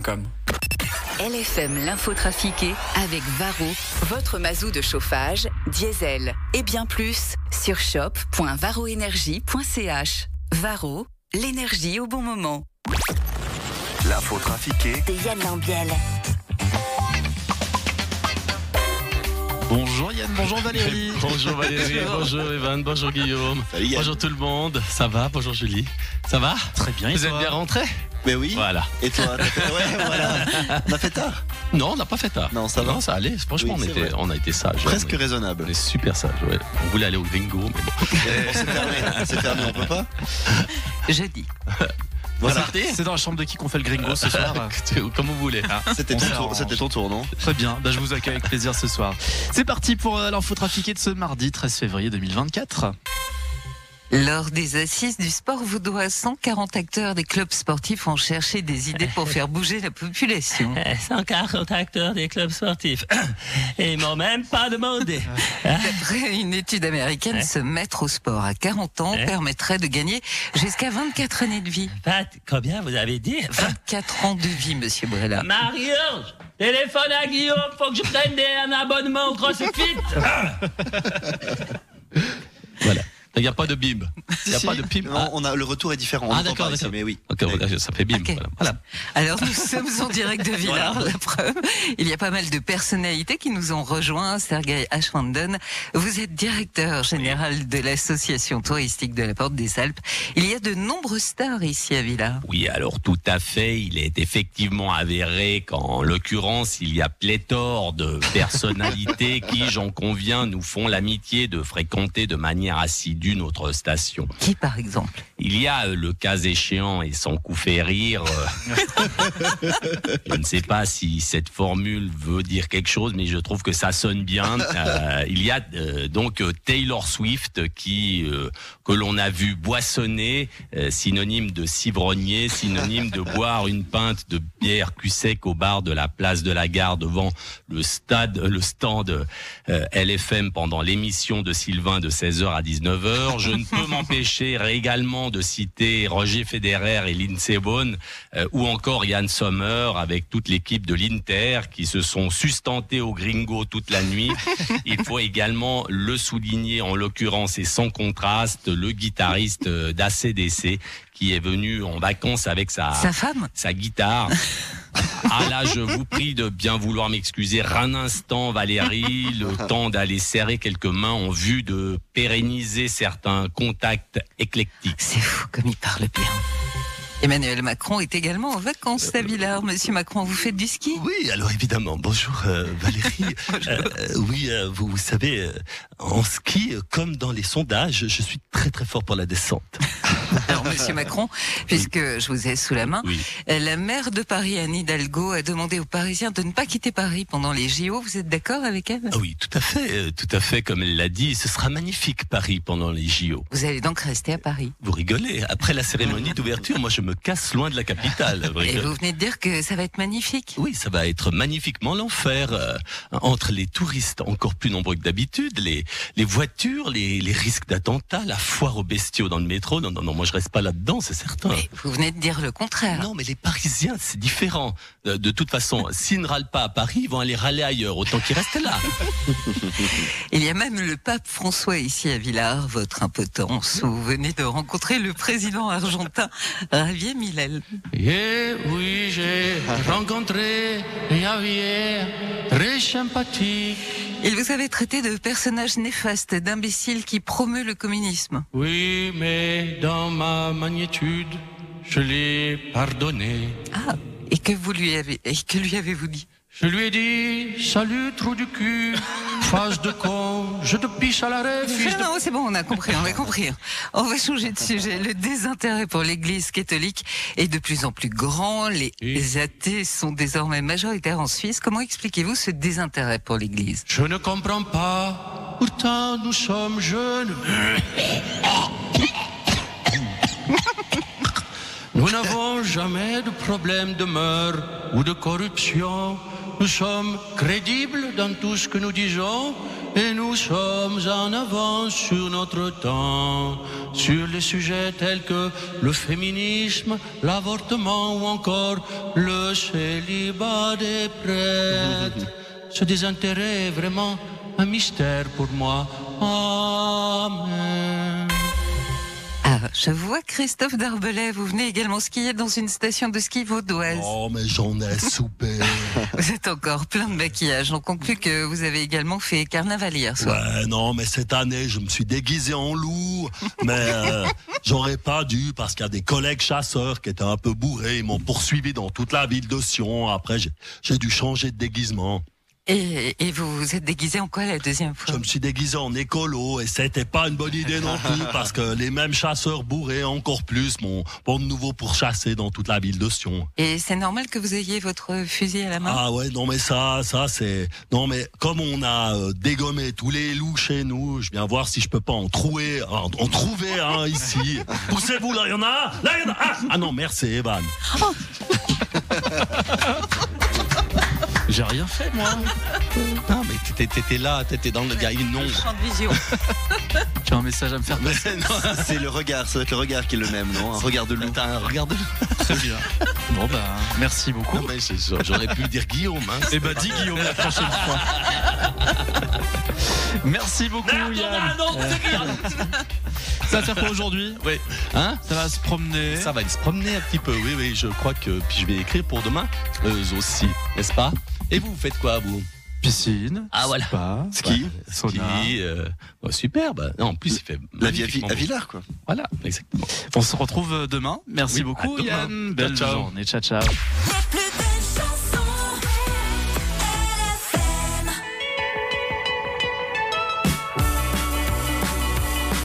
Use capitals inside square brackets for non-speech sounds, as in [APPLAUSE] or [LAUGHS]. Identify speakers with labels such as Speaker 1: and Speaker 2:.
Speaker 1: LFM.com.
Speaker 2: LFM l'info trafiquée avec Varro, votre mazou de chauffage, diesel et bien plus sur shop.varroénergie.ch. Varro, l'énergie au bon moment.
Speaker 3: L'info trafiquée
Speaker 4: de Yann Lambiel.
Speaker 5: Bonjour Yann,
Speaker 6: [LAUGHS]
Speaker 5: bonjour Valérie.
Speaker 7: Bonjour Valérie, bonjour Evan, bonjour Guillaume.
Speaker 5: Salut Yann.
Speaker 7: Bonjour tout le monde. Ça va Bonjour Julie. Ça va
Speaker 5: Très bien. et
Speaker 7: Vous êtes
Speaker 5: toi
Speaker 7: bien rentrés
Speaker 3: Mais oui.
Speaker 7: Voilà. [LAUGHS]
Speaker 3: Et toi t'as fait... Ouais, voilà. On a fait tard.
Speaker 7: Non, on n'a pas fait tard.
Speaker 3: Non, ça va
Speaker 7: Non, ça allait. Franchement,
Speaker 3: Oui,
Speaker 7: on,
Speaker 3: c'est
Speaker 7: était,
Speaker 3: vrai.
Speaker 7: on a été sages.
Speaker 3: Presque
Speaker 7: On est-
Speaker 3: raisonnable.
Speaker 7: On est super sages, ouais. On voulait aller au gringo, mais bon.
Speaker 3: Eh, C'est fermé, c'est fermé, on
Speaker 7: [LAUGHS]
Speaker 3: peut pas.
Speaker 5: J'ai dit.
Speaker 3: Voilà.
Speaker 5: C'est dans la chambre de qui qu'on fait le gringo ce soir
Speaker 7: [LAUGHS] Écoutez, Comme vous voulez.
Speaker 3: C'était
Speaker 5: On
Speaker 3: ton, tour,
Speaker 5: s'arrange.
Speaker 3: c'était ton tour, non
Speaker 5: Très bien, bah, je vous accueille avec plaisir ce soir. C'est parti pour euh, l'info trafiquée de ce mardi 13 février 2024.
Speaker 8: Lors des assises du sport vaudois, 140 acteurs des clubs sportifs ont cherché des idées pour faire bouger la
Speaker 9: [LAUGHS]
Speaker 8: population.
Speaker 9: 140 acteurs des clubs sportifs. [COUGHS] Et ils m'ont même pas demandé.
Speaker 8: D'après une étude américaine,
Speaker 9: Ouais.
Speaker 8: se mettre au sport à 40 ans
Speaker 9: Ouais.
Speaker 8: permettrait de gagner jusqu'à 24 années de vie.
Speaker 9: Pat, combien vous avez dit
Speaker 8: 24 ans de vie, monsieur Brella.
Speaker 9: Mario, téléphone à Guillaume, faut que je prenne des- un abonnement au CrossFit.
Speaker 7: Voilà. Il n'y a pas de bim. Il n'y a
Speaker 3: Si,
Speaker 7: pas
Speaker 3: si.
Speaker 7: de pim.
Speaker 3: Non, on a, le retour est différent. On
Speaker 7: Ah,
Speaker 3: entend
Speaker 7: d'accord,
Speaker 3: pas ici,
Speaker 7: d'accord.
Speaker 3: Mais oui.
Speaker 7: Ah, ok, voilà, ça fait bim.
Speaker 8: Ok.
Speaker 5: Ah,
Speaker 7: Voilà. Voilà.
Speaker 8: Alors nous [LAUGHS] sommes en direct de Villars, la preuve. Il y a pas mal de personnalités qui nous ont rejoints. Sergei Ashwandon, vous êtes directeur général de l'association touristique de la Porte des Alpes. Il y a de nombreuses stars ici à Villars.
Speaker 6: Oui, alors tout à fait. Il est effectivement avéré qu'en l'occurrence, il y a pléthore de personnalités qui, j'en conviens, nous font l'amitié de fréquenter de manière assidue notre station.
Speaker 8: Qui par exemple
Speaker 6: Il y a euh, le cas échéant et sans coup fait rire. euh, je ne sais pas si cette formule veut dire quelque chose, mais je trouve que ça sonne bien. Euh, il y a euh, donc euh, Taylor Swift qui euh, que l'on a vu boissonner, euh, synonyme de civrognier, synonyme de boire une pinte de bière Cussec au bar de la place de la gare devant le stade, euh, le stand euh, LFM pendant l'émission de Sylvain de 16h à 19h. Je ne peux [LAUGHS] m'empêcher également de citer Roger Federer et Lindsey Vonn euh, ou encore Yann Sommer avec toute l'équipe de l'Inter qui se sont sustentés au gringo toute la nuit. Il faut également le souligner en l'occurrence et sans contraste le guitariste euh, d'ACDC qui est venu en vacances avec sa
Speaker 8: Sa femme
Speaker 10: [LAUGHS]
Speaker 6: sa guitare. Ah là, je vous prie de bien vouloir m'excuser un instant, Valérie,
Speaker 10: [LAUGHS]
Speaker 6: le temps d'aller serrer quelques mains en vue de pérenniser certains contacts éclectiques.
Speaker 8: C'est fou comme il parle bien. Emmanuel Macron est également en vacances à Villars. Monsieur Macron, vous faites du ski
Speaker 6: [LAUGHS]
Speaker 10: Oui, alors évidemment, bonjour euh, Valérie. Euh, euh, oui, euh, vous, vous savez, euh, en ski, euh, comme dans les sondages, je suis très très fort pour la descente.
Speaker 8: Alors Monsieur Macron, puisque je vous ai sous la main,
Speaker 6: Oui.
Speaker 8: euh, la maire de Paris, Anne Hidalgo, a demandé aux Parisiens de ne pas quitter Paris pendant les JO. Vous êtes d'accord avec elle
Speaker 10: Ah oui, tout à fait, euh, tout à fait, comme elle l'a dit, ce sera magnifique Paris pendant les JO.
Speaker 8: Vous allez donc rester à Paris.
Speaker 10: Vous rigolez, après la cérémonie d'ouverture, moi je me casse loin de la
Speaker 6: [LAUGHS]
Speaker 10: capitale. Vous
Speaker 8: Et
Speaker 10: rigolez.
Speaker 8: vous venez de dire que ça va être magnifique.
Speaker 10: Oui, ça va être magnifiquement l'enfer. euh, entre les touristes encore plus nombreux que d'habitude, les, les voitures, les, les risques d'attentats, la foire aux bestiaux dans le métro. Non, non, non, moi je reste pas là-dedans, c'est certain.
Speaker 8: Mais ah. vous venez de dire le contraire.
Speaker 10: Non, mais les Parisiens, c'est différent. Euh, De toute façon, s'ils ne râlent pas à Paris, ils vont aller râler ailleurs, autant qu'ils restent là.
Speaker 8: Il y a même le pape François ici à Villars, votre impotence. Vous venez de rencontrer le président argentin Javier Milel.
Speaker 7: Et Eh oui, j'ai rencontré Javier, très sympathique.
Speaker 8: Il vous avait traité de personnage néfaste, d'imbécile qui promeut le communisme.
Speaker 7: Oui, mais dans ma magnitude, je l'ai pardonné.
Speaker 8: Ah, et que vous lui avez, et que lui avez-vous dit
Speaker 7: Je lui ai dit, salut trou du cul, face de con, je te piche à l'arrêt, fils
Speaker 8: Non,
Speaker 7: de...
Speaker 8: non, c'est bon, on a compris, on a compris. On va changer de sujet. Le désintérêt pour l'Église catholique est de plus en plus grand. Les
Speaker 7: Et-
Speaker 8: athées sont désormais majoritaires en Suisse. Comment expliquez-vous ce désintérêt pour l'Église
Speaker 7: Je ne comprends pas, pourtant nous sommes jeunes. Nous n'avons jamais de problème de mœurs ou de corruption. Nous sommes crédibles dans tout ce que nous disons
Speaker 11: et nous sommes en avance sur notre temps, sur les sujets tels que le féminisme, l'avortement ou encore le célibat des prêtres. Ce désintérêt est vraiment un mystère pour moi. Oh, Amen.
Speaker 8: Ah, je vois Christophe Darbelay, vous venez également skier dans une station de ski vaudoise.
Speaker 6: Oh, mais j'en
Speaker 11: [LAUGHS]
Speaker 6: ai soupé.
Speaker 8: Vous êtes encore plein de maquillage. On conclut que vous avez également fait carnaval hier soir.
Speaker 6: Ouais, non, mais cette année, je me suis déguisé en loup, mais euh, j'aurais pas dû parce qu'il y a des collègues chasseurs qui étaient un peu bourrés, ils m'ont poursuivi dans toute la ville de Sion. Après, j'ai- j'ai dû changer de déguisement.
Speaker 8: Et, et vous vous êtes déguisé en quoi la deuxième fois
Speaker 6: Je me suis déguisé en écolo et c'était pas une bonne idée non plus parce que les mêmes chasseurs bourrés encore plus m'ont m'ont de nouveau pourchassé dans toute la ville de Sion.
Speaker 8: Et c'est normal que vous ayez votre fusil à la main
Speaker 6: Ah ouais, non mais ça, ça c'est... Non mais comme on a euh, dégommé tous les loups chez nous, je viens voir si je peux pas en trouver, en, en trouver un ici. Poussez-vous, là il y en a un Là il y en a un Ah, Ah non, merci Evan.
Speaker 5: J'ai rien fait, moi.
Speaker 6: Non mais t'étais- t'étais là, t'étais dans le gars, non.
Speaker 8: Champ de vision.
Speaker 5: J'ai un message à me faire.
Speaker 3: Mais [LAUGHS] non, c'est le regard, ça doit être le regard qui est le même, non Un regard de loup.
Speaker 6: Regarde,
Speaker 5: Très bien. Bon, bah, merci beaucoup.
Speaker 6: j'aurais pu dire Guillaume. Hein.
Speaker 5: Eh ben, dis Guillaume la prochaine fois. Merci beaucoup, Yann.
Speaker 9: hein.
Speaker 5: Ça va faire pour aujourd'hui
Speaker 6: Oui.
Speaker 5: Hein Ça va se promener.
Speaker 6: Ça va, il se promener un petit peu. Oui, oui, je crois que puis je vais écrire pour demain. Eux aussi, n'est-ce pas Et vous, vous faites quoi, vous
Speaker 5: Piscine.
Speaker 6: Ah, voilà.
Speaker 5: spa,
Speaker 3: Ski.
Speaker 5: ouais, sauna.
Speaker 6: Qui, euh, bah, super. bah, non, en plus, il fait
Speaker 3: La vie à, Vi-
Speaker 6: magnifiquement
Speaker 3: à
Speaker 6: beau.
Speaker 3: Villars, quoi.
Speaker 6: Voilà, exactement.
Speaker 5: On se retrouve demain. Merci
Speaker 6: Oui, à
Speaker 5: beaucoup,
Speaker 6: demain.
Speaker 5: Yann.
Speaker 6: Ciao,
Speaker 5: Belle
Speaker 6: ciao.
Speaker 5: journée. Ciao, ciao.
Speaker 12: plus